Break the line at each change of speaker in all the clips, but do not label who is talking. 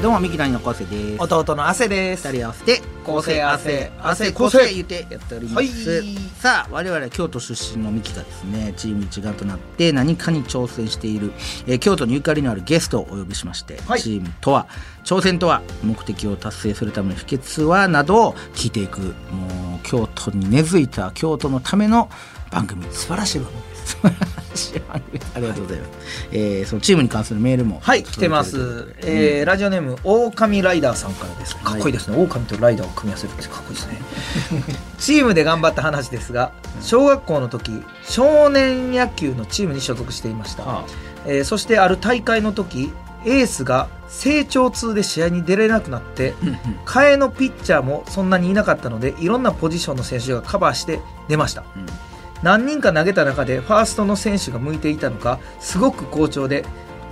どうもミキ谷の昴生です
弟の汗です
二人合わせて
構成汗
汗
汗
構
構
成
成
言ってやっております、
はい
さあ我々京都出身のミキがですねチーム一丸となって何かに挑戦している、えー京都にゆかりのあるゲストをお呼びしまして、
はい
チームとは挑戦とは目的を達成するための秘訣はなどを聞いていくもう京都に根付いた京都のための番組です
素晴らしい番組です
素晴らしい番組ありがとうございます、えーそのチームに関するメールも
はい来てま
届いてるという
す
こ、とで
えー、ラジオネーム狼ライダーさんからですかっこいいですね、狼とライダーを組み合わせるってかっこいいですね チームで頑張った話ですが小学校の時少年野球のチームに所属していました、
あ
えーそしてある大会の時エースが成長痛で試合に出れなくなって
うんうん
替えのピッチャーもそんなにいなかったのでいろんなポジションの選手がカバーして出ました
うん
何人か投げた中でファーストの選手が向いていたのかすごく好調で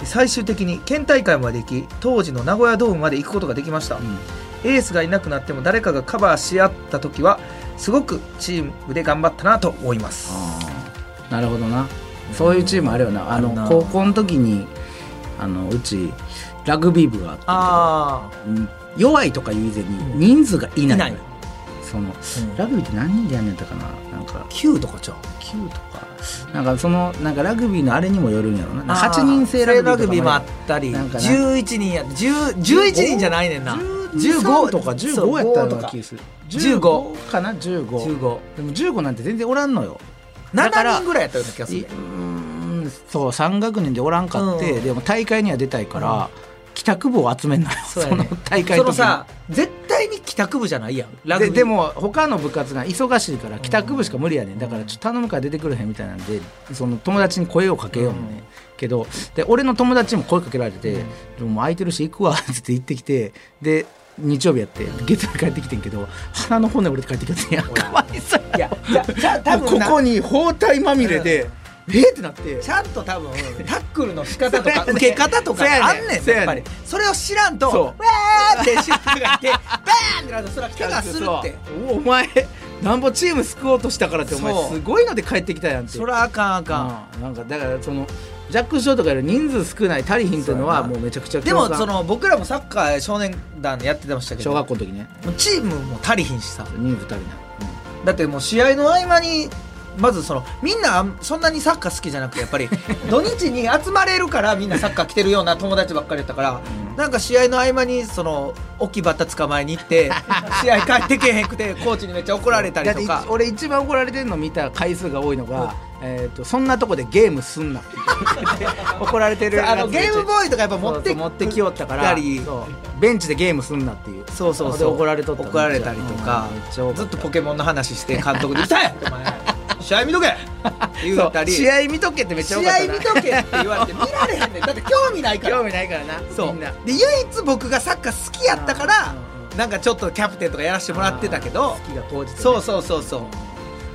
最終的に県大会まで行き当時の名古屋ドームまで行くことができました、
うん
エースがいなくなっても誰かがカバーし合った時はすごくチームで頑張ったなと思います
あーなるほどなそういうチームあるよなあの
あるな
高校の時にあのうちラグビー部があっ
あ
てうん弱いとかいう以前
う
に
ん
人数がいない
いない
その
うん
ラグビーって何人でやんねんやったかななんか
9とかちゃう
9とかなんかそのなんかラグビーのあれにもよるんやろな
あー
8人制ラグビーとか
も
も
あ
あ
っ
る
たり
なんかな
11人や10 11人じゃないねんな
15とか15やったような気がする
そう
15かな15
1517
でも15なんて全然おらんのよだから
人ぐらいやったような気がす
いう
る
ーんそう3学年でおらんかって、
うん
でも大会には出たいから、帰宅部を集めんなよそ,、
そうやね
の大会の時
その
に
さ絶対に帰宅部じゃないやんラグビ
で
ー
でも他の部活が忙しいから帰宅部しか無理やねんだからちょっと頼むから出てくれへんみたいなんでその友達に声をかけようもね、
うん
けどで俺の友達にも声かけられて「
うん
でももう空いてるし行くわ」 って言って行ってきてで日曜日やって月曜日帰ってきてんけど鼻の骨折れて帰ってきてんやんかわいそう
いやじゃじゃ多
やこ
分な
こに包帯まみれで「えっ?」ってなって
ちゃんと多分タックルの仕方とか
そうやね
受け方とか
そうやね
あんねん
そうやね
やっぱりそれを知らんと
そう
わーってシュッとがいてバーンってなるとそれは怪我するって
そうお前なんぼチーム救おうとしたからってお前
そう
すごいので帰ってきたやんって
それはあかんあかん
うんなんかだからそのジャック・ショーとかより人数少ない足りひんっていうのは
そうやな
もうめちゃくちゃ
でも
共感
その僕らもサッカー少年団でやってましたけど
小学校の時ね
もうチームも足りひんしさ
人数足りない、
だってもう試合の合間にまずそのみんなあんそんなにサッカー好きじゃなくてや っぱり土日に集まれるからみんなサッカー来てるような友達ばっかりだったから、
うん
なんか試合の合間にその置きバッタ捕まえに行って 試合帰ってけへんくてコーチにめっちゃ怒られたりと
だっ
か
てい俺一番怒られてるの見た回数が多いのが、えー、とそんなとこでゲームすん なって言って怒られてる
あのゲームボ
ーイ
ーイとかやっぱ持って
持ってきよったか
や
ら
ったり
そうベンチでゲームすんなっていう
そうそう
で
そう
怒られとった
怒られたりとか
うんめっちゃ多かた
ずっとポケモンの話して監督に「うるさいお前試合見とけ!」って言ったり
そう試合見とけってめっちゃ多
試
かった
合
な
見とけって言われて見られへんねんだって興味ないから
興味ないからな
そ
み
うん
な
で唯一僕がサッカー好きやったからなんかちょっとキャプテンとかやらせてもらってたけど
好きが高じてね
そうそうそうそう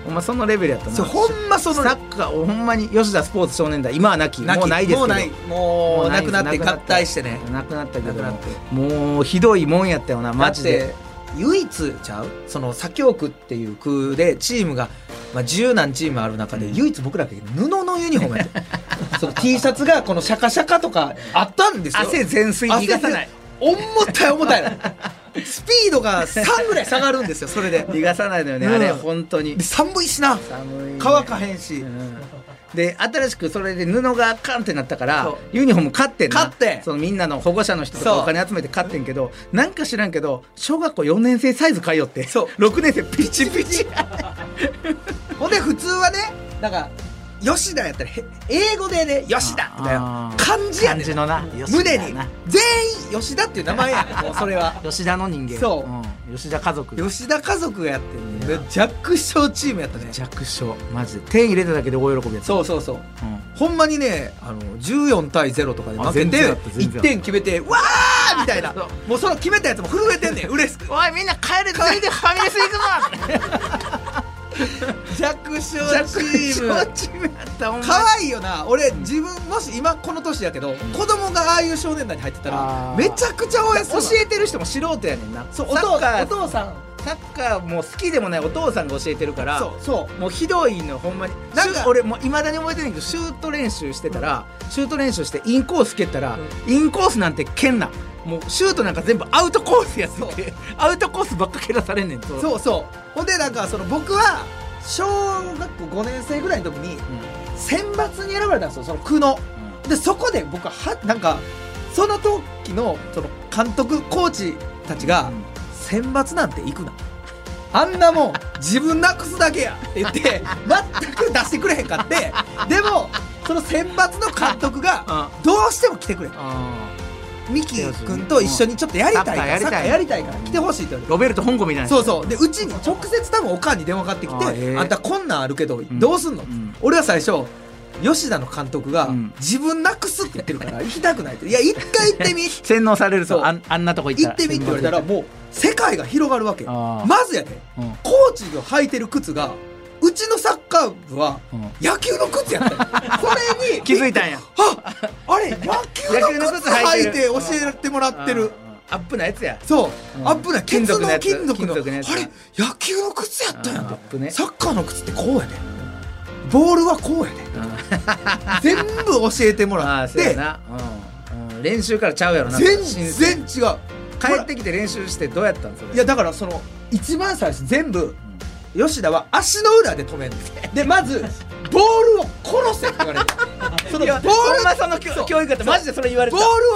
お前そのレベルやったな
そうほんまその
サッカーほんまに吉田スポーツ少年団今はなき
なき
もうないですけど
もうないもうな
も
く
うな
ないって
なくな
合
った
体してね
なくなったけど
なくなっ
もうひどいもんやったよなマジ
だっ
で
て唯一ちゃうその左京区っていう区でチームがまあ十何チームある中で
うん
唯一僕らだけ布のユニフォーム やったその T シャツがこのシャカシャカとかあったんですよ
汗全水逃がさない
汗重たい重たいのスピードが3ぐらい下がるんですよそれで
逃がさないのよね、
うん
あれ本当に
で寒いしな
寒いね
乾かへんし、
うんで新しくそれで布がカンってなったから
そう
ユニフォーム買ってんな
買って
そのみんなの保護者の人とか
そう
お金集めて買ってんけどなんか知らんけど小学校4年生サイズ買いよって
そう
6年生ピチピチ
ほんで普通はねなんか吉田やったらへ英語でね吉田みたい
あ
な
ー
漢字やね
感じ
ん
のな
胸
吉
に
田な
全員吉田っていう名前や ねんもうそれは
吉田の人間
そ
うん吉田家族
吉田家族がやってんね弱小チームやったね
弱小マジで点入れただけで大喜びやった
そうそうそう
うん
ほんまにねあの14対0とかで負け
あ全然
て
やった全然やった
1点決めてわーみたいな
そう
もうその決めたやつも 震えてんねん嬉しく
おいみんな帰れ全然ファミレス行くぞ
弱小チー
弱
ム
小チームやったほんま
可愛いよな俺自分もし今この年やけど子供がああいう少年団に入ってたら
あー
めちゃくちゃ応援す
教
る
えてる人も素人やねんな
そうお
サ
父
ッカ
さんお
ー
父さん
サッカーも好きでもないお父さんが教えてるから
そうそう
もうひどいのほんまにな
な
んん
か
か俺もいまだに覚えてないけどシュート練習してたら、シュート練習してインコース蹴ったら、インコースなんて蹴んなもうシュートなんか全部アウトコースやつってアウトコースばっか蹴らされんねんとう、
そうそうほんでなんかその僕は小学校5年生ぐらいの時
うん
に選抜に選ばれたんですよその区のでそこで僕ははなんかその時のその監督コーチたちが、選抜なんて行くなあんなもん自分なくすだけやって言って全く出してくれへんかってでもその選抜の監督が
あ
どうしても来てくれ
あ
ミキ君と一緒にちょっとやりたいか
サッ
らサッ
カ
カ
ーや
ーや
り
り
た
た
い
い
か
からら来てほしいって言われて
ロベルト本郷みたいな
そうそうでうちに直接多分おかんに電話かかってきて
あ
あ,、
ーへー
んたこんなんあるけど
ん
どうすんの、
ん
俺は最初吉田の監督が、
うん
自分なくすって言ってるから行きたくないって「いや一回行っ てみ」
洗脳される
そう
とあんあんなとこ行った
行
ら
ってみって言われたらもう世界が広がるわけ
あー
まずやで
うん
コーチが履いてる靴がうちのサッカー部は
うん
野球の靴やったよ それに
気づいたんや
ああれ野球の靴履いて教えてもらってる
アップなやつや
そう
うん
アップな
金属のやつ
鉄の
金
金属
属
の
の
あれ
やつ
野球の靴やったんや
うんアップ
で
ね
サッカーの靴ってこうやでボールはこ うやで全部教えても
あ
ら
あ
っ
そうや
て
な、うんうん、練習からちゃうやろな
全
新
然
鮮
違う
帰ってきて練習してどうやったんそれ
いやだからその一番最初全部吉田は足の裏で止めるんです でまずボールを殺せって言われるその
い
ボ
や
ール
ほんまその教
そう
教育ってマジでそれ言われて
ボ
た
ール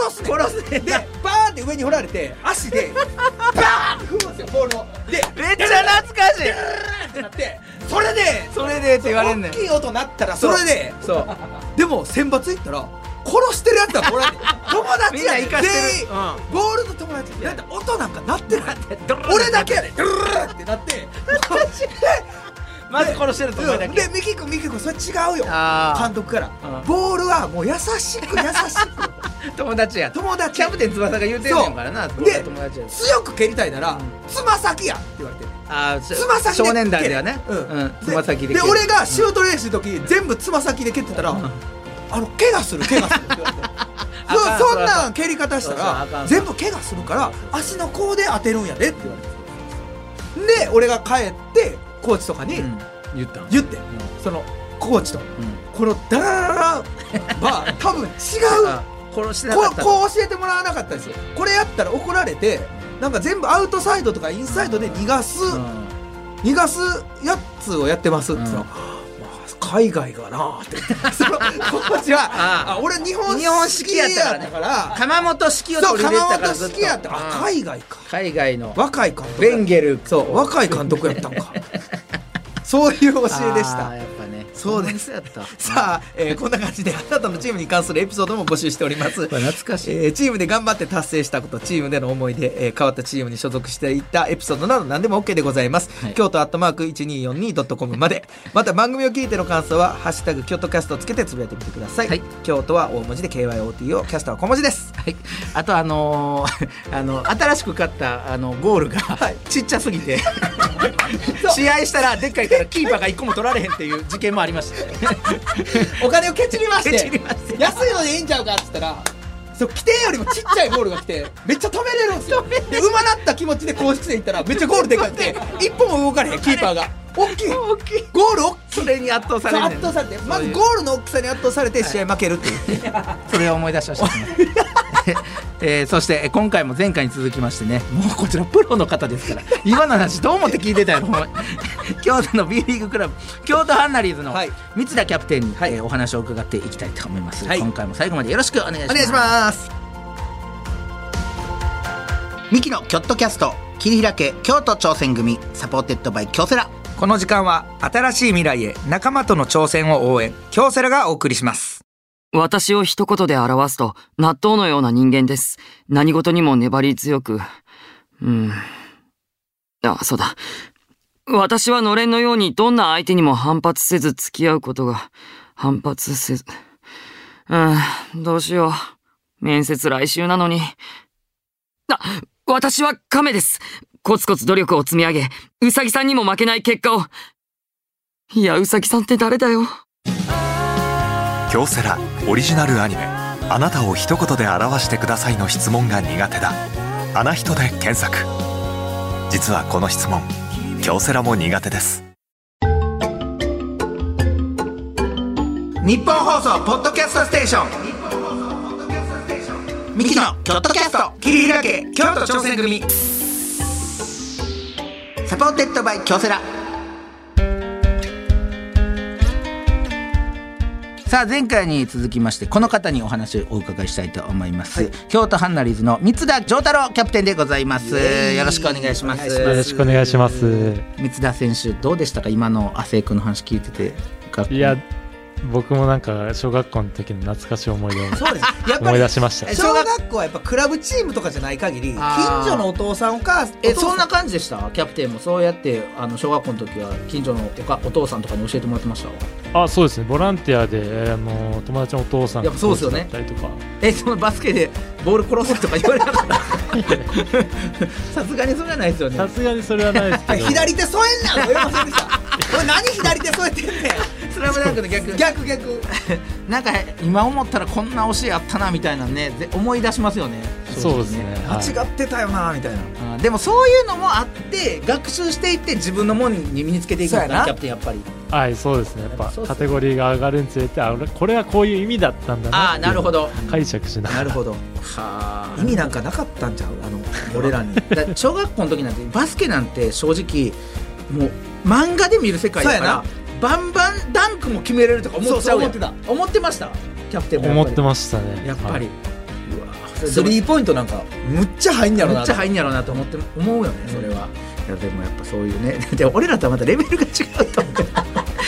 を殺すね
殺せ
でバーンって上に掘られて足でバーンって踏むんですよボールをで
めっちゃ懐かしい
バーンってなってそれで
それでって言われんねん
大きい音鳴ったらそれで
そう
でも選抜行ったら殺してるやつはおらんねん友
み
達
んな
や
生
ねん
か
全
して
員
る、うん
ボールと友達だって音なんか鳴ってない
ドローン
俺だけやねんドゥルルルルって なって
まず殺してると思いだけ
でミキ君ミキ君それ違うよ
あ
監督から、
うん
ボールはもう優しく優しく
あ友達や
友達
キャプテン翼が言うてんねんからな
そう
僕は
で
友達や
強く蹴りたいなら
ん
つま先やって言われて
ああ
つま先で
少年団ではね
うん
うんつま先で
で俺がシュート練習の時全部つま先で蹴ってたらあの怪我する怪我するって言われて
あかん
そ
そ
そん
ら
な蹴り方した
そうそうあ
ら
かん
全部怪我するから足の甲で当てるんやでって言われてで俺が帰ってコーチとかに
うん言ったん
言ってそのコーチと
うん
このダラララは多分違う
あ殺してなか
こ
っ
う
た
こう教えてもらわなかったんですよこれやったら怒られてなんか全部アウトサイドとかインサイドで逃がす、
うん
逃がすやつをやってますって言ったら、
うん
まあ海外がなあってそのコーチは
あ
あ俺日本
日本式やったからね
式やから
鎌本式を
そう
取り入れて
鎌
たから
本
ずっと
式やったあ
うん
海外か
海外の
若い監督
ベンゲル
そう若い監督やったんかそういう教えでした
あーやっぱね
そうです
すやったあ
さあ、えーこんな感じであなたのチームに関するエピソードも募集しております
懐かしい
えーチームで頑張って達成したことチームでの思い出、えー変わったチームに所属していたエピソードなど何でも OK でございます、
はい
京都アットマーク 1242.com までまた番組を聞いての感想は「ハッシュタグ京都キャスト」をつけてつぶやいてみてください、
はい
京都は大文字で KYOT をキャストは小文字です
はい、あとあのー あの新しく勝ったあのゴールが、
い
ちっちゃすぎて
そう
試合したらでっかいからキーパーが一個も取られへんっていう事件もありました
お金をけちりまして
けちりまして
安いのでいいんちゃうかっつったらそう規定よりもちっちゃいゴールが来てめっちゃ止めれるんですよで馬なった気持ちで公式で行ったらめっちゃゴールでかくて一歩も動かれへんキーパーが 大きい
大きい
ゴール大きい
それに圧倒さ
そう
れんね
圧
ん
倒されてまず
そういう
ゴールの大きさに圧倒されて試合負けるっていう、
それを思い出しました、ね えーそしてえー今回も前回に続きましてねもうこちらプロの方ですから今の話どう思って聞いてたやろお前 京都の B リーグクラブ京都ハンナリーズの
はい
三田キャプテンに、
はい
えーお話を伺っていきたいと思います、
はい
今回も最後までよろしくお願いし
お
ま
願い
す
します
ミキのキョットキャスト切り開け京都挑戦組サポーテッドバイ京セラ
この時間は新しい未来へ仲間との挑戦を応援京セラがお送りします
私を一言で表すと、納豆のような人間です。何事にも粘り強く。うん。あ、そうだ。私はのれんのようにどんな相手にも反発せず付き合うことが、反発せず。うん、どうしよう。面接来週なのに。あ、私は亀です。コツコツ努力を積み上げ、うさぎさんにも負けない結果を。いや、うさぎさんって誰だよ。
京セラオリジナルアニメ「あなたを一言で表してください」の質問が苦手だ「あな人」で検索実はこの質問京セラも苦手です
日本放送ポッドキャストステーションミキのキョットキャスト切り開け京都挑戦組サポーテッドバイ京セラさあ前回に続きましてこの方にお話をお伺いしたいと思います、京都ハンナリーズの三田丈太郎キャプテンでございますよろしくお願いします
お願いします
よろしくお願いします。
三田選手どうでしたか今の亜生君の話聞いてて学校
いや、僕もなんか小学校の時の懐かしい思い出を
そうです やっぱ
思い
り
出しました。
小学校はやっぱクラブチームとかじゃない限り近
あー
所のお父さんお母さん
え
お父さ
そんな感じでしたキャプテンもそうやってあの小学校の時は近所のおかお父さんとかに教えてもらってました
あ、そうですね。ボランティアで、えーあの友達のお父さん
やっぱそうですよね
だったりとか、
えそのバスケでボール殺せとか言われなかった さすがにそれはないですよね
さすがにそれはないです けど、
左手添えんなん言えませんでしたこれ何左手添えてんね
スラムダンクの逆
ん逆逆
なんか今思ったらこんな教えあったなみたいなねぜ思い出しますよね
そうですね。
間
はい
違ってたよなみたいな
あーでもそういうのもあって学習していって自分のものに身につけていくの
そうや
か
な
キャプテンやっぱり
はい、そうですね。やっ
やっぱ
ぱ
そうっすね
カテゴリーが上がるにつれて、あ、俺これはこういう意味だったんだな。
ああなるほ。ど
解釈しなが
な
ら。
るほどはあ
意味なんかなかったんちゃうあの俺らに
だから小学校の時なんてバスケなんて正直もう漫画で見る世界だからバンバンダンクも決めれるとか思っちゃうやん
そうそう思
思ってましたキャプテンも
思って
ま
ましたね。
やっぱり
は、
うわ
スリーポイントなんかむっちゃ入ん
で
や
もめ
ろな
っちゃ入んやろうなと思って思うよねそれは、いやでもやっぱそういうねで俺らとはまたレベルが違うと思 う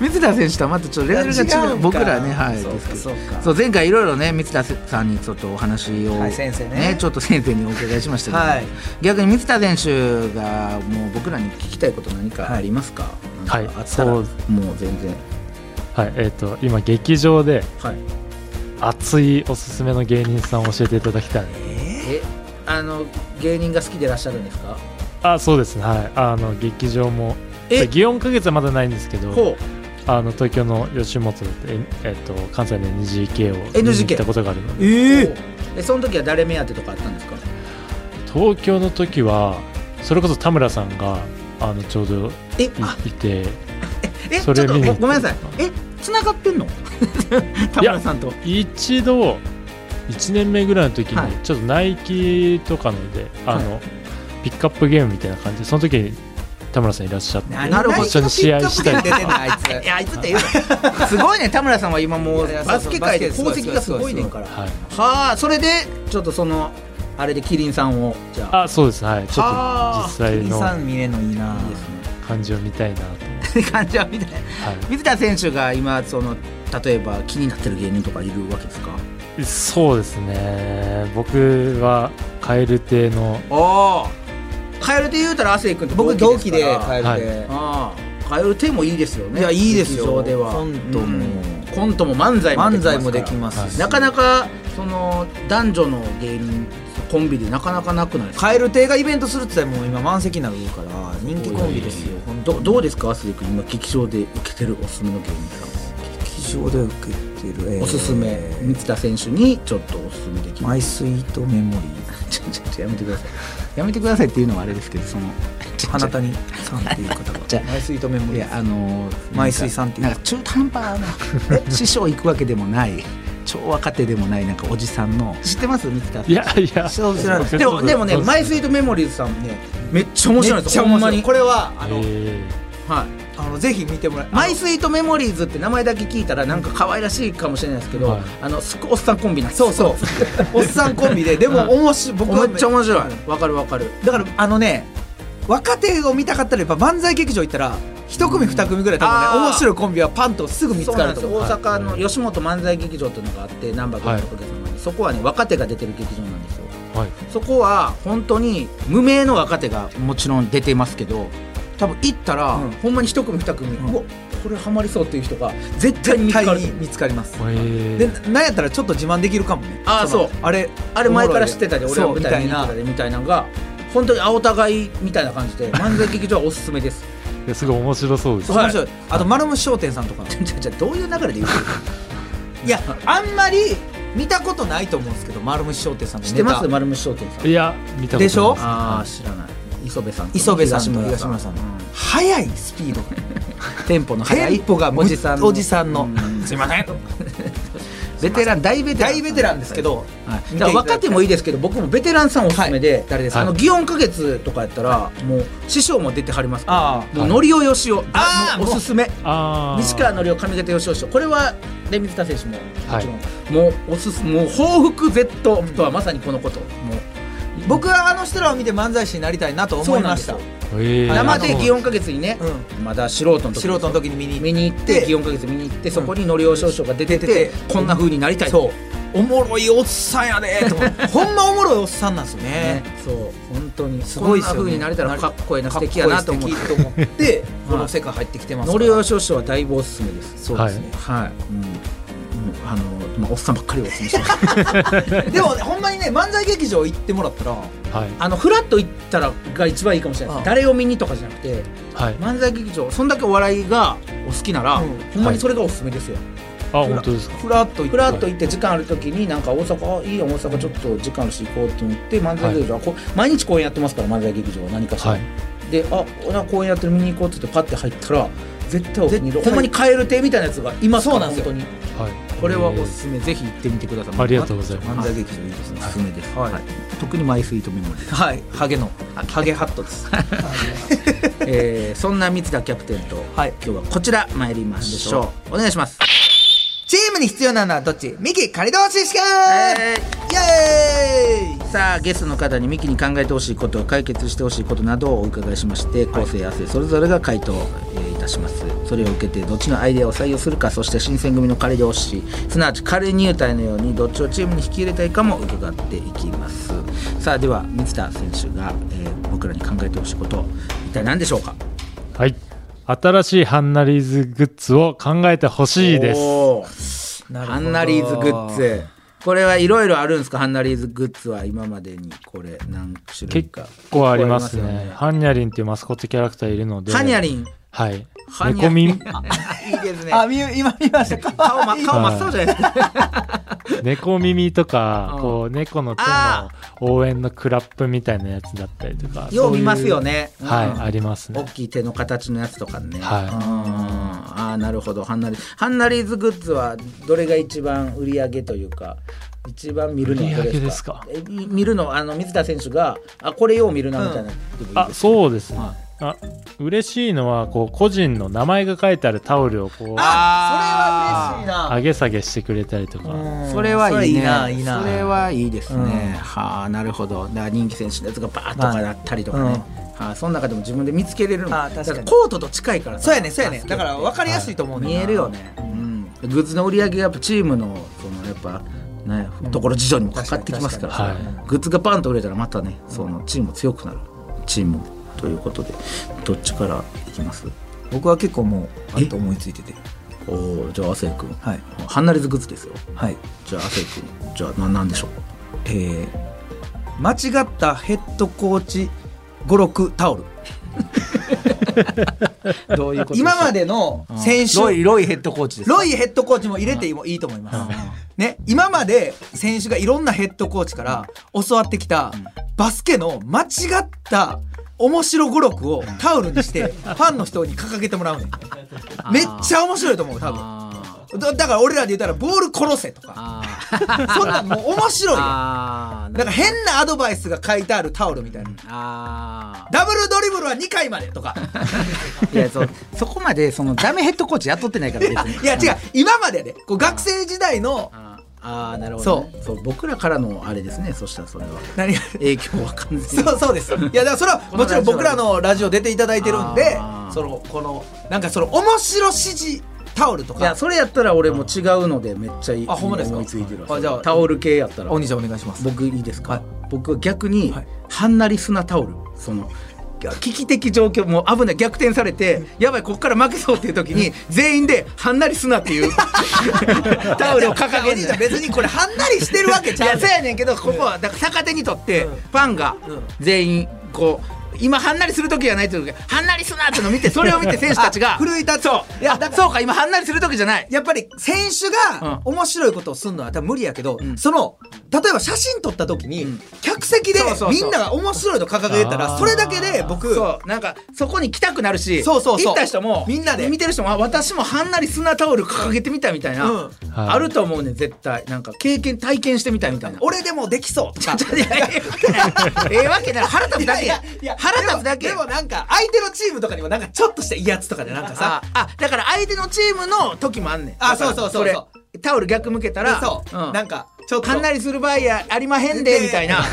水田選手とはまたちょっとレベルが違う
違うんか
僕らねはい
そうか
ですけど
そうか
そう前回いろいろね水田さんにちょっとお話を、
はい先生ね
ちょっと先生にお伺いしましたけど、
はい
逆に水田選手がもう僕らに聞きたいこと何かありますか、
はい
なんかあったらも
そうう
全然
はい、えっ、と今劇場で
はい
熱いおすすめの芸人さんを教えていただきたい。
えあの芸人が好きでいらっしゃるんですか
あ、そうですね。はい、あの劇場も。
え
祇園か月はまだないんですけど。
こう
あの東京の吉本で、ええっと、関西の NGK を
NGK
見に行ったことがあるので
ええその時は誰目当てとかあったんですか
東京の時はそれこそ田村さんがあのちょうどい
えあ
いて
えちょ
そ
っと
れ
ご
見に行って
ごめんなさいえ繋がってんの 田村さんと
一度1年目ぐらいの時
はい
にちょっとナイキとかので、あのピックアップゲームみたいな感じでその時に田村さんいらっしゃって
なるほど
一緒に試合したりと
出てんねん
か
あいつ
いやあいつって言うなすごいね田村さんは今もう
いやいや
バスケ界で
そう
功
そう
績がすごいねんから
はい、
はあそれでちょっとそのあれでキリンさんをじゃあ
あそうですねはいちょっと
はあ
実際の
23見れんのいいない
いですね
感じを見たいなと思って、
って感じはみたいな
はい、
水田選手が今その例えば気になってる芸人とかいるわけですか
そうですね僕は蛙亭の
ああカエルで言うたら亜生君と
僕同期で
帰る
帰るで
ああカエル手もいいですよね
いやいいですよ
劇場では
コントも
うんコントも漫才も
漫才もでき
すか
ますし
らなかなかその男女の芸人コンビでなかなかなくないですか
蛙亭がイベントするって言ったらもう今満席になるから人気コンビですよ本当
どどうですか亜生君今劇場で受けてるおすすめの芸人さん
劇場で受けてる、えー
おすすめ三田選手にちょっとおすすめできる
マイスイートメモリ
ちょちょちょやめてくださいやめてくださいっていうのはあれですけど その
ー花谷さんっていう方が
じゃあ
マイスイートメモ
い
リ
や
ー
あのー
マイスイさんっていう
なんか中途半端 な師匠行くわけでもない超若手でもないなんかおじさんの知ってます水田さん
いやいや
そう知らない
そう
でもでもね
そうです
マイスイートメモリーズさんねめっちゃ面白いんですよ
めっちゃ面白い
ほんまに
これはあの、
え
はい
あのぜひ見てもらい
マイ
ス
スイートメモリーズって名前だけ聞いたらなんか可愛らしいかもしれないですけど、
はい
あのすっごいおっさんコンビなんです
そ うそうおっさんコンビででも面白い僕
めっちゃ面白
う
いわかるわかる
んだからあのね若手を見たかったらやっぱ漫才劇場行ったら一組二組ぐらい多分
あー
ね面白いコンビはパンとすぐ見つ
そう
か
なん
る
です
と思
よ
う
大阪
は
の
い
吉本漫才劇場っていうのがあって難波君のおかげさまで、そこはね若手が出てる劇場なんですよ
ーはい
そこは本当に無名の若手がもちろん出てますけど多分行ったら、
うん
ほんまに一組二組、う
うん
わこれハマりそうっていう人が絶対に見
絶
つか
対
る
に見つかります
えー
でなんやったらちょっと自慢できるかもね
あー
の
そう
あれ
あれ前から知ってたで
おも
俺
ろ
らみたい
いそうみたい
な
な
みたいなのが本当に青互いみたいな感じで漫才劇場はおすすめです
いやすごい面白そうです
はい
面白いあと丸虫商店さん とかのじゃあじゃあどういう流れで言うの いやあんまり見たことないと思うんですけど丸虫商店さんの
知ってます
ネタ
丸虫商店さん
いや見たことな
で
い
しょ
ああ知らない磯部さんと
磯部さんと東村さんの速いスピード テンポの速いテンポが
おじさんの
おじさんの
うん
すいません
ベテラン大ベテラン
大ベテランですけど
はい
見ていただきたい
だから若手もいいですけど僕もベテランさんおすすめで、
誰ですか
あの祇園花月とかやったらもう師匠も出てはりますから
あ
もうのりおよしおあ
あー
おすすめ
ああ
西川のりお上方よしお師匠これはレミズタ選手もも
はい
ちろん、もうおすすもう報復 Z とはまさにこのこと、もう
僕はあの人らを見て漫才師になりたいなと思いました
そう
えー
生で祇園花月にね、
うん
まだ素人の時
素人の時に見に行っ
見に行って
で
祇園花月見に行ってそこにのりお少々が出てて
出てて
こんな風になりたい
そうおもろいおっさん やでと思ってほんまおもろいおっさんなんですよね
ね、そう本当にす
ごいっすよ
こ
ね
んな風になれたらかっこいいな
か
素
っこい
敵
い
やなと思って
素敵と思ってこの世界入ってきてます
の
から
りお少々はだいぶおすすめです
そうですね、
はい、うんうんあのまあ、おっさんばっかりをおすすめしてます
でもほんまにね漫才劇場行ってもらったら
はい
あのフラッと行ったらが一番いいかもしれないです
ああ
誰を見にとかじゃなくて
はい
漫才劇場そんだけお笑いがお好きなら、
うん
ほんまにそれがおすすめですよ、
あ本当ですか
ふらっと行って
フラッと行って時間ある時になんか大阪あいいよ大阪ちょっと時間あるし行こうと思って漫才劇場はこう、毎日公演やってますから漫才劇場は何かしら、
はい
であ俺は公演やってる見に行こうっつってパッて入ったら絶対お気に入り
絶
ほ
対
んまにカエル亭みたいなやつがいますから
そうなんですよ
本当に
はい
これはお
えー
すすめ、ぜひ行ってみてください
ありがとうございま
漫
す
才劇場いいですね、おすすめです、
はい
はい特にマイスイートメモリー
はいハゲのハゲハットです
えーそんな三田キャプテンと、
はい
今日はこちら参りましょうお願いします
チームに必要なのはどっちミキ仮同士試験、
え
イエーイ
さあゲストの方にミキに考えてほしいこと解決してほしいことなどをお伺いしまして構成亜生それぞれが回答、えーいたしますそれを受けてどっちのアイデアを採用するかそして新選組の仮同士すなわち仮入隊のようにどっちをチームに引き入れたいかも伺っていきますさあでは三田選手が、えー僕らに考えてほしいこと一体何でしょうか
はい新しいハンナリーズグッズを考えてほしいです
おー
なるほ
ハ
ど
ンナリーズグッズ。これはいろいろあるんですかハンナリーズグッズは今までにこれ何種類
結
か。
構ありますね
結構ありま
ハンニャリンっていうマスコットキャラクターいるので
ハニャリン。
はい
ハニャ
猫耳
いいですね。
あみ今見ました か
顔真っ顔真っ青じゃないですか。
猫耳とか
うん
こう猫の手
あ
の応援のクラップみたいなやつだったりとか
よう見ますよね。
そういうはい、
うん
あります
大
ね
きい手の形のやつとかね。
はい
うんああなるほどハンナリハンナリーズグッズはどれが一番売り上げというか。一番見るのはどれ
売り上げ
で
ですす
か
か
え見るのあの水田選手があこれよう見るなみたいな、でもいいですか
あそうですね、
は
あ嬉しいのはこう個人の名前が書いてあるタオルをこう
あそれは嬉しいな
上げ下げしてくれたりとか、
うん
それはいいね。
それないいな
それはいいですね。
うん
はあ、なるほど。だから人気選手のやつがバーッとかなったりとかね。
まあ
はあ、その中でも自分で見つけれるの。
あ確かに
だらコートと近いからさ
そうやねそうやね
バスケ
だから分かりやすいと思うねん
見
な
えるよね。うん。グッズの売り上げがやっぱチームのそのやっぱね、ところ事情にもかかってきますから。
確かに確かに
グッズがバンと売れたらまたね、そのチームも強くなるチームということで、どっちからいきます？
僕は結構もうパ
え
ッと思いついてて
おお、じゃあ亜生君。
はい
ハンナリズグッズですよ。
はい
じゃあ亜生君。じゃあななんでしょう。
えー、間違ったヘッドコーチ56タオル
どういうこと
今までの選手、
ロイロイヘッドコーチですか
ロイヘッドコーチも入れてもいいと思います。ね、今まで選手がいろんなヘッドコーチから教わってきたバスケの間違った面白語録をタオルにしてファンの人に掲げてもらうねんめっちゃ面白いと思う多分
あ
だだから俺らで言ったらボール殺せとか
あ
そんなんもう面白いよ
あ
なんか変なアドバイスが書いてあるタオルみたいな
あ
ダブルドリブルは2回までとか
いやそそこまでそのダメヘッドコーチ雇ってないから別に
いや違う今までやでこう学生時代の
ああなるほど、ね、そうそう僕らからのあれですねそしたら それは
何
影響は完全に
そうそうです。いやだからそれ はもちろん僕らのラジオ出ていただいてるんで
あー、
そのこのなんかその面白指示タオルと
いや
か。
それやったら俺も違うのでめっちゃいい
あほんまですか
思いついてる
あじゃあ
タオル系やったら
お兄ちゃんお願いします。
僕いいですか、
はい
僕は逆に、
はい
はんなり砂タオルその危機的状況もう危ない逆転されてやばいここから負けそうっていう時に全員ではんなり砂って いうタオルを掲げ
お兄
て
ちゃん別にこれはんなりしてるわけ
い
ちゃ
や
う
そう。やねんけどここはだから逆手にとってファンが全員こう今はんなりする時じゃないというかはんなりすなってのを見てそれを見て選手たちが
あ奮い立つ
そう
いやだから
そうか今はんなりする時じゃない
やっぱり選手が面白いことをするのは多分無理やけど、
うん
その例えば写真撮った時に
うん
客席で
そうそうそう
みんなが面白いと掲げてた
あ
ら
ー
それだけで僕
そうなんかそこに来たくなるし
そうそうそ
行
う
った人も
みんなで
見てる人もあ私もはんなり砂タオル掲げてみたみたいな、
うん
はい
あると思うねん絶対なんか経験体験してみたみたいな
俺でもできそうと か
いやいやいやええわけない腹立つだけや腹立つだけ
でもでもなんか相手のチームとかにもなんかちょっとした威圧とかでなんか
あ
さ
あだから相手のチームの時もあんねん
あ
だから
そうそうそうそう
れタオル逆向けたら
そう、
うん
なんかちょっと
かんなりする場合やありまへんで
で
みたいな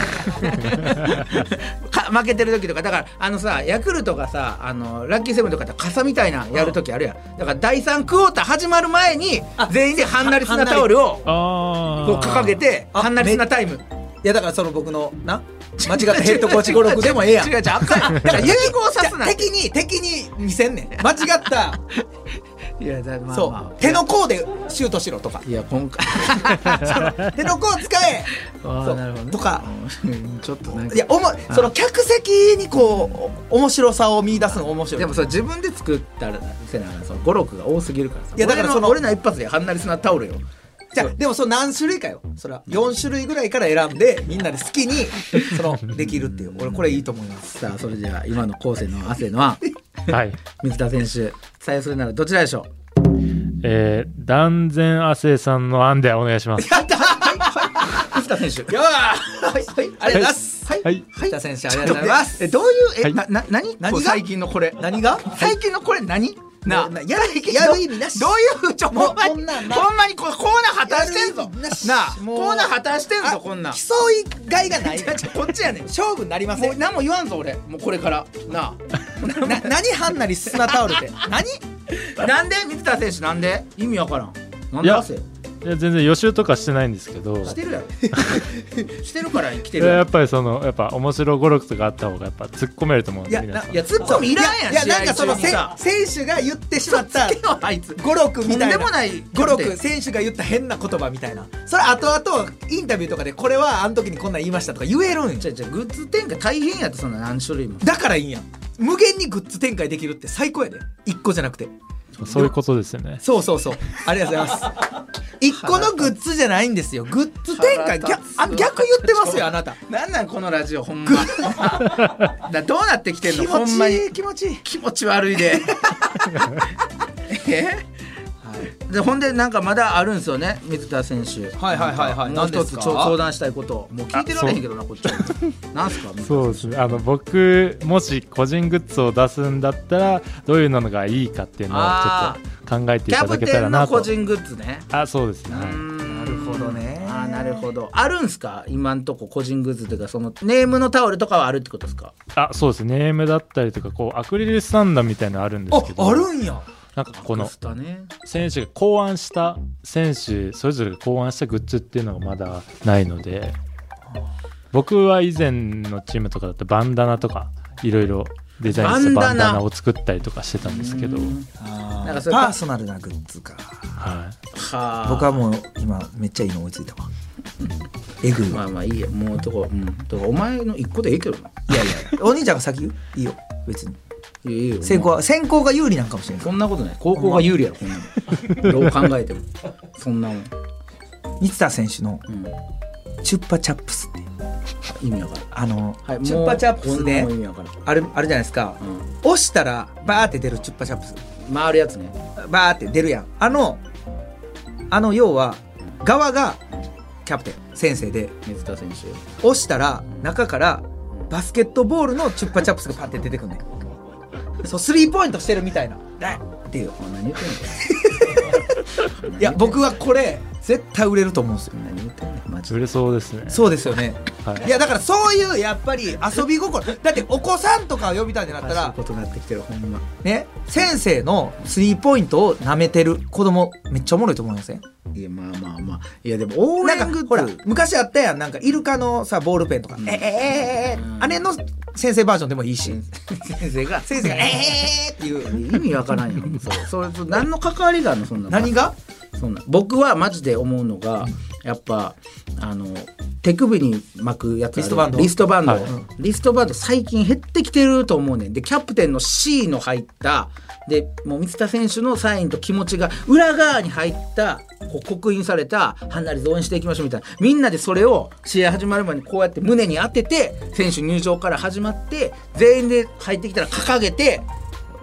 か負けてる時とかだからあのさヤクルトがさあのラッキーセブンとかって傘みたいなやる時あるやんだから第3クォーター始まる前に
あ
全員ではんなり砂タオルを
あ
こう掲げて
あ
はんなり砂タイム
いやだからその僕のな間違ってヘッドコーチ語録でもええや ん
違う違うあかんだ から融合さすな
敵に敵に見せんねん間違 った
いやだまあ
そう、
まあ
手の甲でシュートしろとか
いや今回
手の甲使え
あー
そう
なるほどね
とか
うんちょっとなんか
いやおもその客席にこうお面白さを見出すのが面白い
でもそれ自分で作ったらせながらその語録が多すぎるからさ
いやだからその
俺の俺の一発ではんなり砂タオルよ
じゃあでもその何種類かよそれは4種類ぐらいから選んでみんなで好きにそのできるっていう俺これいいと思います
さあそれじゃあ今の後世の汗のは
あはい
水田選手採用するならどちらでしょ
えー、断然亜生さんの案でお願いします
やった
う水田選手
よーはいはいありがとうございますはい
はい
北選手ありがとうございます
えどういうえ、
はい
なな何
何が
こう最近のこれ
何が
最近のこれ何なあ
なやるやる意味なし
どういうちょ
もう
ほんまに
こんなんな
ほんまにこれコーナー破綻してん
や
ぞ
る意味なし
なあ
もう
コーナー破綻してんぞこんなん
競いがい がない
こっちやねん
勝負になりませ
もうん何も言わんぞ俺もうこれからな
な何はんなり砂タオルって
あ
何
なんで水田選手なんで意味わからんなん
い
で
や
汗
いや全然予習とかしてないんですけど
して るやろしてるから来て
い
る
や
や
や
ろ
っぱりそのやっぱ面白語録とかあった方がやっぱ突っ込めると思うん
い
で
や
皆
な
さん
い
い
や
や
ツッコミいらんやん
いや
試合
なんかその
中に
せ
さ
選手が言ってしまった
嘘つけよあいつ
語録みたいな
とんでもない
語録選手が言った変な言葉みたいなそれ後々インタビューとかでこれはあの時にこんなん言いましたとか言えるん
じ
よ
ゃじゃグッズ展開大変やってそんな何種類も
だからいいんやん無限にグッズ展開できるって最高やで一個じゃなくて
そういうことですよね
そうそうそうありがとうござ います一個のグッズじゃないんですよグッズ展開
腹
逆
立つ
あ逆言ってますよあなた
なんなんこのラジオほ んまだどうなってきてんの
気
ほ
持
んま
ちい
に
い気持ちいい
気持ち悪い でえでほんでなんかまだあるんですよね水田選手
はいはいは
な
いはい
んかもう
何で
一
す
つ
か
ちょ相談したいこともう聞いてられへんけどなこっちはなんすか水田
そうですねあの僕もし個人グッズを出すんだったらどういうのがいいかっていうのをち
あ
ょっと考えて
キ
いた
ャ
だ
プ
けた
テ
ら
ン
な
の個
と
人グッズね
あそうです
う
ね、は
ー
い
ん
なるほどね
あーなるほどあるんすか今んとこ個人グッズというかそのネームのタオルとかはあるってことですか
あそうですねネームだったりとかこうアクリルスタンドみたいなのあるんですけど
ああるんや
なんかこの
靴だね
選手が考案した選手それぞれが考案したグッズっていうのがまだないので僕は以前のチームとかだとバンダナとかいろいろデザインした
バ
バ
ン
ン
ダナ
ダナを作ったりとかしてたんですけど、
な
なんかそ
んかそ
れ
れパーソナルなグッズか
は
はあ
僕はもう今めっちゃいいの思いついたわえぐい
ま
わ
あまあいいやもうとこ、うん、とこお前の一個でええけどない
やいやお兄ちゃんが先言ういいよ別に
いいよ
先行は先行が有利なんかもしれない
そんなことない高校が有利やろこんなのどう考えてもそんなもん、
三田選手の
うん、
チュッパチャップスっていう
意味わからん
あの、
はい
チュッパチャップス
ね
ね
意味わからん、
あるあるじゃないですか、
う
押したらバーって出るチュッパチャップス
ん、回るやつね
バーって出るやんあのあの要は側がキャプテン先生で
水田選手
押したら中からバスケットボールのチュッパチャップスがパッて出てくんねんそうスリーポイントしてるみたいなっていう
お前何言ってんの
いや僕はこれ絶対売れると思うんですよ
何言ってんのマ
い
ジ
売れそうですね
そうですよね、
はい
い、やだからそういうやっぱり遊び心だってお子さんとかを呼びたいってなった
ら
ら
ことなってきてるほんま
ね先生のスリーポイントを舐めてる子供めっちゃおもろいと思いません
いやまあまあまあいやでも応
な
援
ん
グ
かほら
ッズ
昔あったやんなんかイルカのさボールペンとか、ええええええあれの先生バージョンでもいいし、
先生が
先生がええええっていう
意味わからんよそうそれと何の関わりがあるのそんなの
何が
そんな僕はマジで思うのが、やっぱあの手首に巻くやつある
リストバンド
リストバンド、
はい
リストバンド最近減ってきてると思うねんでキャプテンの C の入ったでもう満田選手のサインと気持ちが裏側に入ったこう刻印された「離れ応援していきましょう」みたいなみんなでそれを試合始まる前にこうやって胸に当てて選手入場から始まって全員で入ってきたら掲げて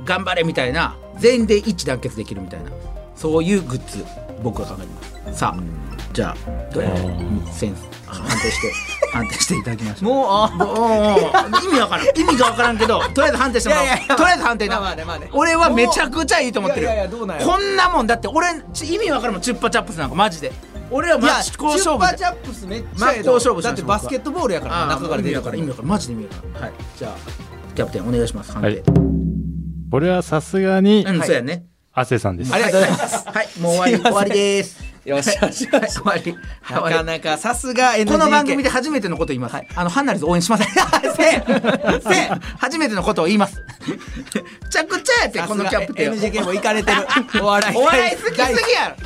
頑張れみたいな全員で一致団結できるみたいなそういうグッズ僕は考えてますさあじゃあどうやら
ー
センス判定して判定していただきましょう
もうあ
もう意味わからん意味がわからんけどとりあえず判定してもらおう
いやいやいや
とりあえず判定な、
まあまあねまあね
俺はめちゃくちゃいいと思ってる
いやいやいやどうなんや
こんなもんだって俺ち意味わからんもんチュッパチャップスなんかマジで俺はマ
や
ッチ交勝負
チュッパ
で
チャップスめっち
真
ゃ
っ
ええ
向勝負しましょう
だってバスケットボールやから
あ
中から
意
出
味
る
わ
か
かららん意味わからんマジで意味わからんはいじゃあキャプテンお願いします判定、
はいこれはさすがに
うん、そうやね
汗さんです
ありがとうございますはいもう終わり
すい
終
ません
わりです
よしよしよし
はい終わり
なかなかさすが NGK
この番組で初めてのことを言います。あの、ハンナリズ応援しません。せんせん初めてのことを言います。めちゃくちゃやって、このキャプテン。
さすが NGK も行かれてるお笑い
お笑い好きすぎや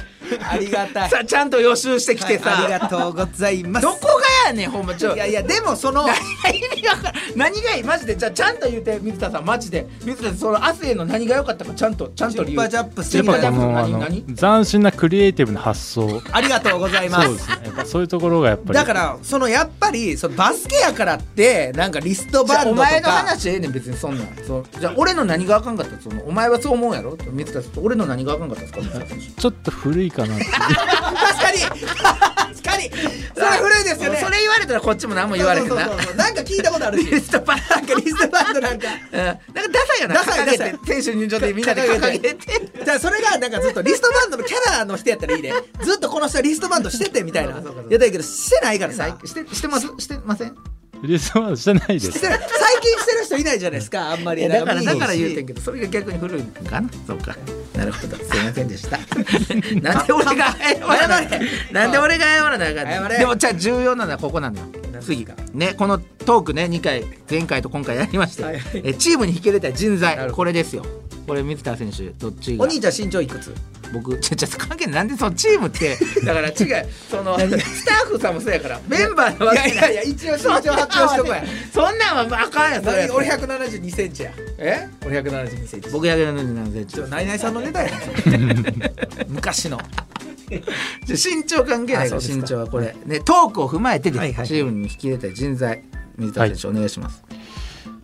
ありがた
ろ。
い
さあ、ちゃんと予習してきてさ。
はいありがとうございます
どこがやねん、ほんま、ちょ。
いやいやで もその
何が意味わからん何がいいマジでじゃあちゃんと言うて水田さんマジで水田さんその汗の何が良かったかちゃんとちゃんと理由
チュッパチャップス
チュッ
や
パ
っ
チャ
ぱ
ップ
こ
ス
のあ
何
の
何
斬新なクリエイティブな発想
ありがとうございま
そう
す
ですねやっぱそういうところがやっぱり
だからそのやっぱりそのバスケやからってなんかリストバンド
お
とか
前の話ええねん別にそんなんそうじゃあ俺の何があかんかったそのお前はそう思うやろ水田さん俺の何があかんかったですか水田さん
ちょっと古いかなっていう
確かに 確かにそれ古いですよね
それ言われたらこっちも何も言われへんな
そうそうそうそうなんか聞いたことあるし
リストバンド
なんかリストバンドなんか
うんなんかダサいよな
ダサい
掲げて
ダサい
選手入場でみんなで掲げて
じゃあそれがなんかずっとリストバンドのキャラの人やったらいいねずっとこの人はリストバンドしててみたいなやったらいいけどしてないから
最
さ
近してしてますしてません
リストバンドしてないで
し
す
てない最近してる人いないじゃないですかあんま
い
り
やだから
なん
だ
見
か
な
ら
いし
言うてんけどそれが逆に古いんかなそうかなるほどすいませんでした なんで俺が謝らななんで俺が謝らなあかん
謝
ねん
れ
でもじゃあ重要なのはここなのよ次ねこのトークね2回前回と今回やりまして
はいはい
えチームに引けれた人
なる
材
ほど
これですよこれ水田選手どっちが
お兄ちゃん身長いくつ
僕ちょちょ関係ないなんでその チームってだから違うそのスタッフさんもそうやからメンバーのわけない
いやいやいや一応身長発表しとこうや
そんなんはあかんやんそれやったら
俺172センチや
え
俺172センチ
僕やけどなんで
ちょナイナイさんの ネタやなそれ昔の
身長関係ないから
あそうです
身
か
長はこれねトークを踏まえてです
はいはい
チームに引き入れたい人材水田選手お願いします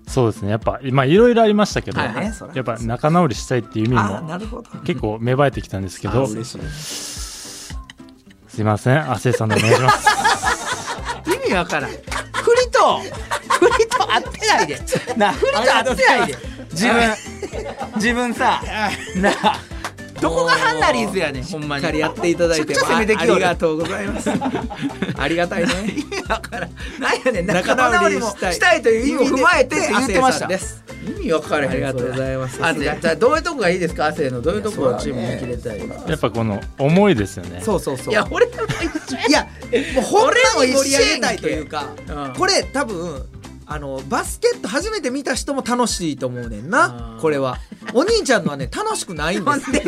そうですねやっぱまあいろいろありましたけど、
はいはい
そら
やっぱ仲直りしたいっていう意味
あ
も
なるほど
結構芽生えてきたんですけ
あ
ど
嬉しい
すいません亜生さんでお願いします
意味わからん栗と栗と合ってないでなあ栗と合ってないで自分自分さなあどこがハンナリーズやねんほんま
し
に
っかりやっていただいて
めちゃくちゃ攻めてき
あ
よ
り
る
がとうござい ますありがたいね
意味わからんなんやねん仲
仲
直
直
り
り
も
したい
したいという意味を踏まえてって言ってました
亜生さんです
意味わからへん
ありがとうございます
それ亜生じゃあどういうとこがいいですか亜生のどういうとこをチームに切れたい
やっぱこの思いですよね
そうそうそう
いや俺も一緒
いやもう本番を
俺も一緒やんけ
盛り上げたいというか、
うん
これ多分あのバスケット初めて見た人も楽しいと思うねんな
あー
これはお兄ちゃんのはね楽しくないんで
なん
す
で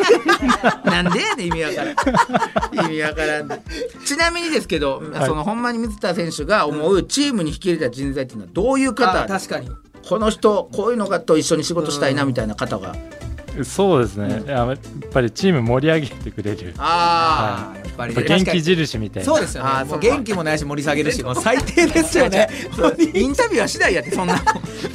なんでやねん意味わからん意味わからんでちなみにですけど、
い
そのほんまに水田選手が思うチームに引き入れた人材っていうのはどういう
あ
方
確かに
この人こういうのがと一緒に仕事したいなみたいな方が、
そうですね、ややっぱりチーム盛り上げてくれる
あ
あーやっぱ
や
り
っぱ
ね
元
確か
気
に
印みたいな
そうですよ
あー
ねもう
そうか
元気もないし盛り下げ るしもう最低ですよね
あ、 そうインタビューは次第やってそんな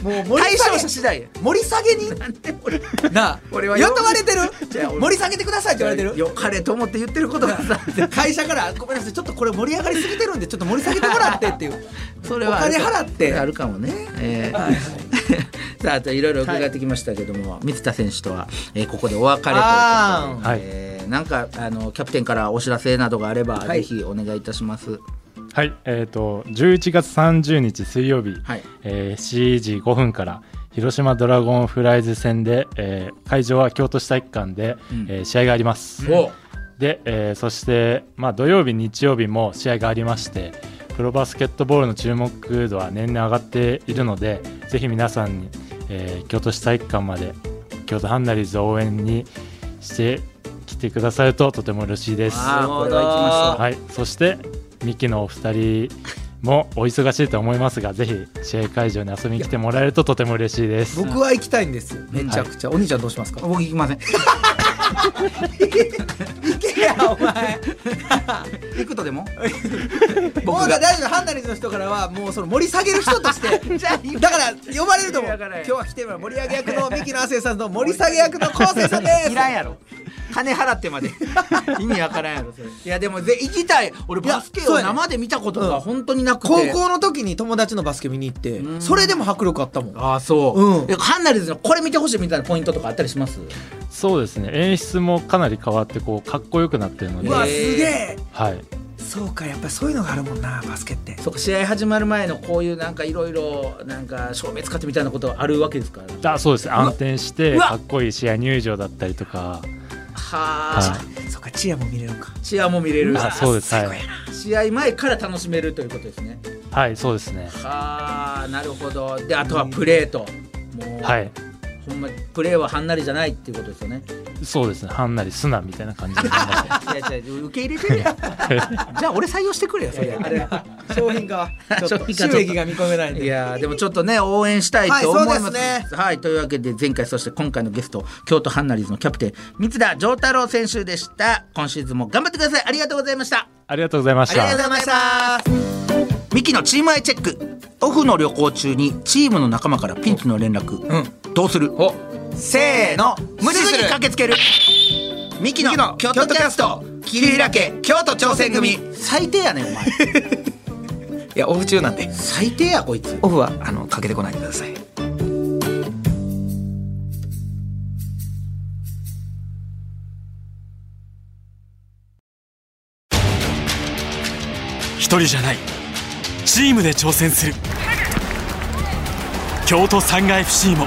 も
もう盛り
対
下
象
げ
者次第や
盛り 下げに
なんで俺
なあ
俺
俺
は
は
よ
雇われてる
じゃあ俺
盛り下げてくださいって言われてる
よかれと思って言ってることがさ
会社からごめんなさいちょっとこれ盛り上がりすぎてるんでちょっと盛り下げてもらってっていう
それはある
お金払って
あるかもね、えー さあといろいろ伺ってきましたけども、水田選手とは、えーここでお別れという
あ
はい、
えーなんかあのキャプテンからお知らせなどがあれば、
はい
ぜひお願いいたします。
はい、えっ、と11月30日水曜日、
はい
えー7時5分から広島ドラゴンフライズ戦で、えー会場は京都市体育館で、
うん
えー試合があります。
お
で、えーそして、まあ、土曜日日曜日も試合がありましてプロバスケットボールの注目度は年々上がっているのでぜひ皆さんに、えー京都市体育館まで京都ハンナリーズ応援にして来てくださるととても嬉しいです。
あーこれは行きましょう
はい、そしてミキのお二人もお忙しいと思いますがぜひ試合会場に遊びに来てもらえるととても嬉しいです。
僕は行きたいんですよめちゃくちゃ、お兄ちゃんどうしますか
僕行きま せん
いやお前
行くとで も
僕が大丈夫ハンナリーズの人からはもうその盛り下げる人として だから呼ばれると思う
だから
今日は来てもらう盛り上げ役のミキの亜生さんと盛り下げ役の昴生さんです
いらんやろ金払ってまで 意味わからんやろそれいやでもぜ行きたい俺
いや
バスケ
そう
を
やね
生で見たこと
うん
が本当になくて
高校の時に友達のバスケ見に行って
ん
それでも迫力あったもん
ああそう、
うん
えハンナリーズのこれ見てほしいみたいなポイントとかあったりします
そうですね演出もかなり変わってこうかっこよくなってるので、
うわ
え
す
ー
げえ
はい、
そうかやっぱそういうのがあるもんなバスケって
そうか試合始まる前のこういうなんかいろいろなんか照明使ってみたいなことあるわけですから
あそうです暗転して
うわ
かっこいい試合入場だったりとか、
はあ、
は
そうかチアも見れるのか
い、試合も見れ
い、
る
あそうですはい、
試合前から楽しめるということですね
はい、そうですね
はあなるほどであとはプレーともう、
はい
ほんまプレーははんなりじゃないっていうことですよね
そうですねはんなり素直みたいな感じになりますね
いやいや受け入れてるやんじゃあ俺採用してくれよそれあれ
商品化ちょっ
商
と
品
収
化ちょっと
益が見込めないん
い
で
やーでもちょっとね応援したいと思います。
はいそうです
ね。はいというわけで前回そして今回のゲスト京都ハンナリーズのキャプテン三田丈太郎選手でした。今シーズンも頑張ってください。ありがとうございました。
ありがとうございました
ありがとうございました。ミキのチームアイチェック。オフの旅行中にチームの仲間からピンチの連絡。どうする？
せーの無視
すぐ
す
に
る
駆けつける。ミキ
ミキ
の
の
京都
京都
キ
キ
ャ
ャ
ス
ス
ト
ト
桐平家京都挑戦組最低やねんお前。
いやオフ中なんで
最低やこいつ。
オフはあのかけてこないでください
一人じゃないチームで挑戦する京都産ガ FC も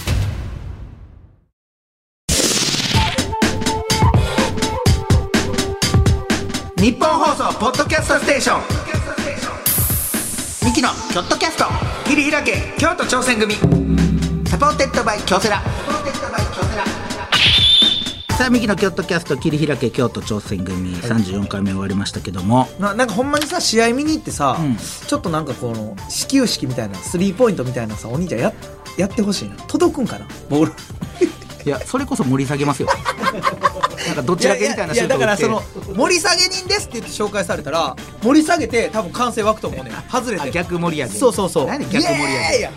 日本放送ポッドキャストステーションミキのキョットキャスト桐平家京都挑戦組サポーテッドバイ京セラさあミキのキョットキャスト桐平家京都挑戦組34回目終わりましたけども
ななんかほんまにさ試合見に行ってさ、
うん
ちょっとなんかこの始球式みたいなスリーポイントみたいなさお兄ちゃんややってほしいな届くんかなボール
いやそれこそ盛り下げ ますよなんかどちらけみたいなシュート
だ
打
から
って
その盛り下げ人ですって言って紹介されたら盛り下げて多分歓声湧くと思うねん外れ
あ
て
逆盛り上げ
そうそうそう
何で逆盛り上げ
イエーイや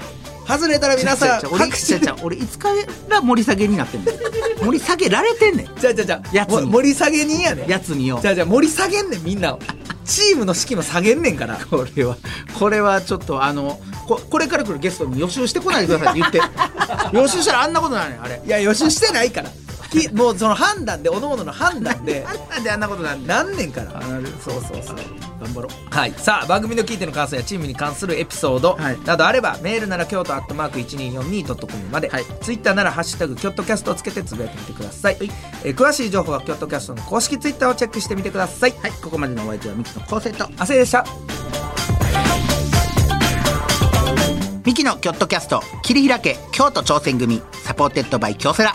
外れたら皆さん
ちゃうちゃう俺
拍手
ちゃうちゃう俺いつから盛り下げになってん の盛り下げられてんねん
じゃあじゃあじゃあ
やつに
も盛り下げ人やねん
やつによ
じゃあじゃあ盛り下げんねんみんなをチームの士気も下げんねんから
これはこれはちょっとあのここれから来るゲストに予習してこないでくださいって言って 予習したらあんなことないねんあれ
いや予習してないからきもうその判断で各々の判 断で
なんであんなことなんだ
何年からそうそうそう頑張ろうはいさあ番組の聞いての感想やチームに関するエピソード
はい
などあれば、メールなら京都アットマーク 1242.com まで、
はい
ツイッターなら「ハッシュタグキョットキャスト」をつけてつぶやいてみてください、えー詳しい情報はキョットキャストの公式ツイッターをチェックしてみてください
はいここまでのお相手はミキの昴生と
亜生でした
ミキのキョットキャスト切り開け京都挑戦組サポーテッドバイ京セラ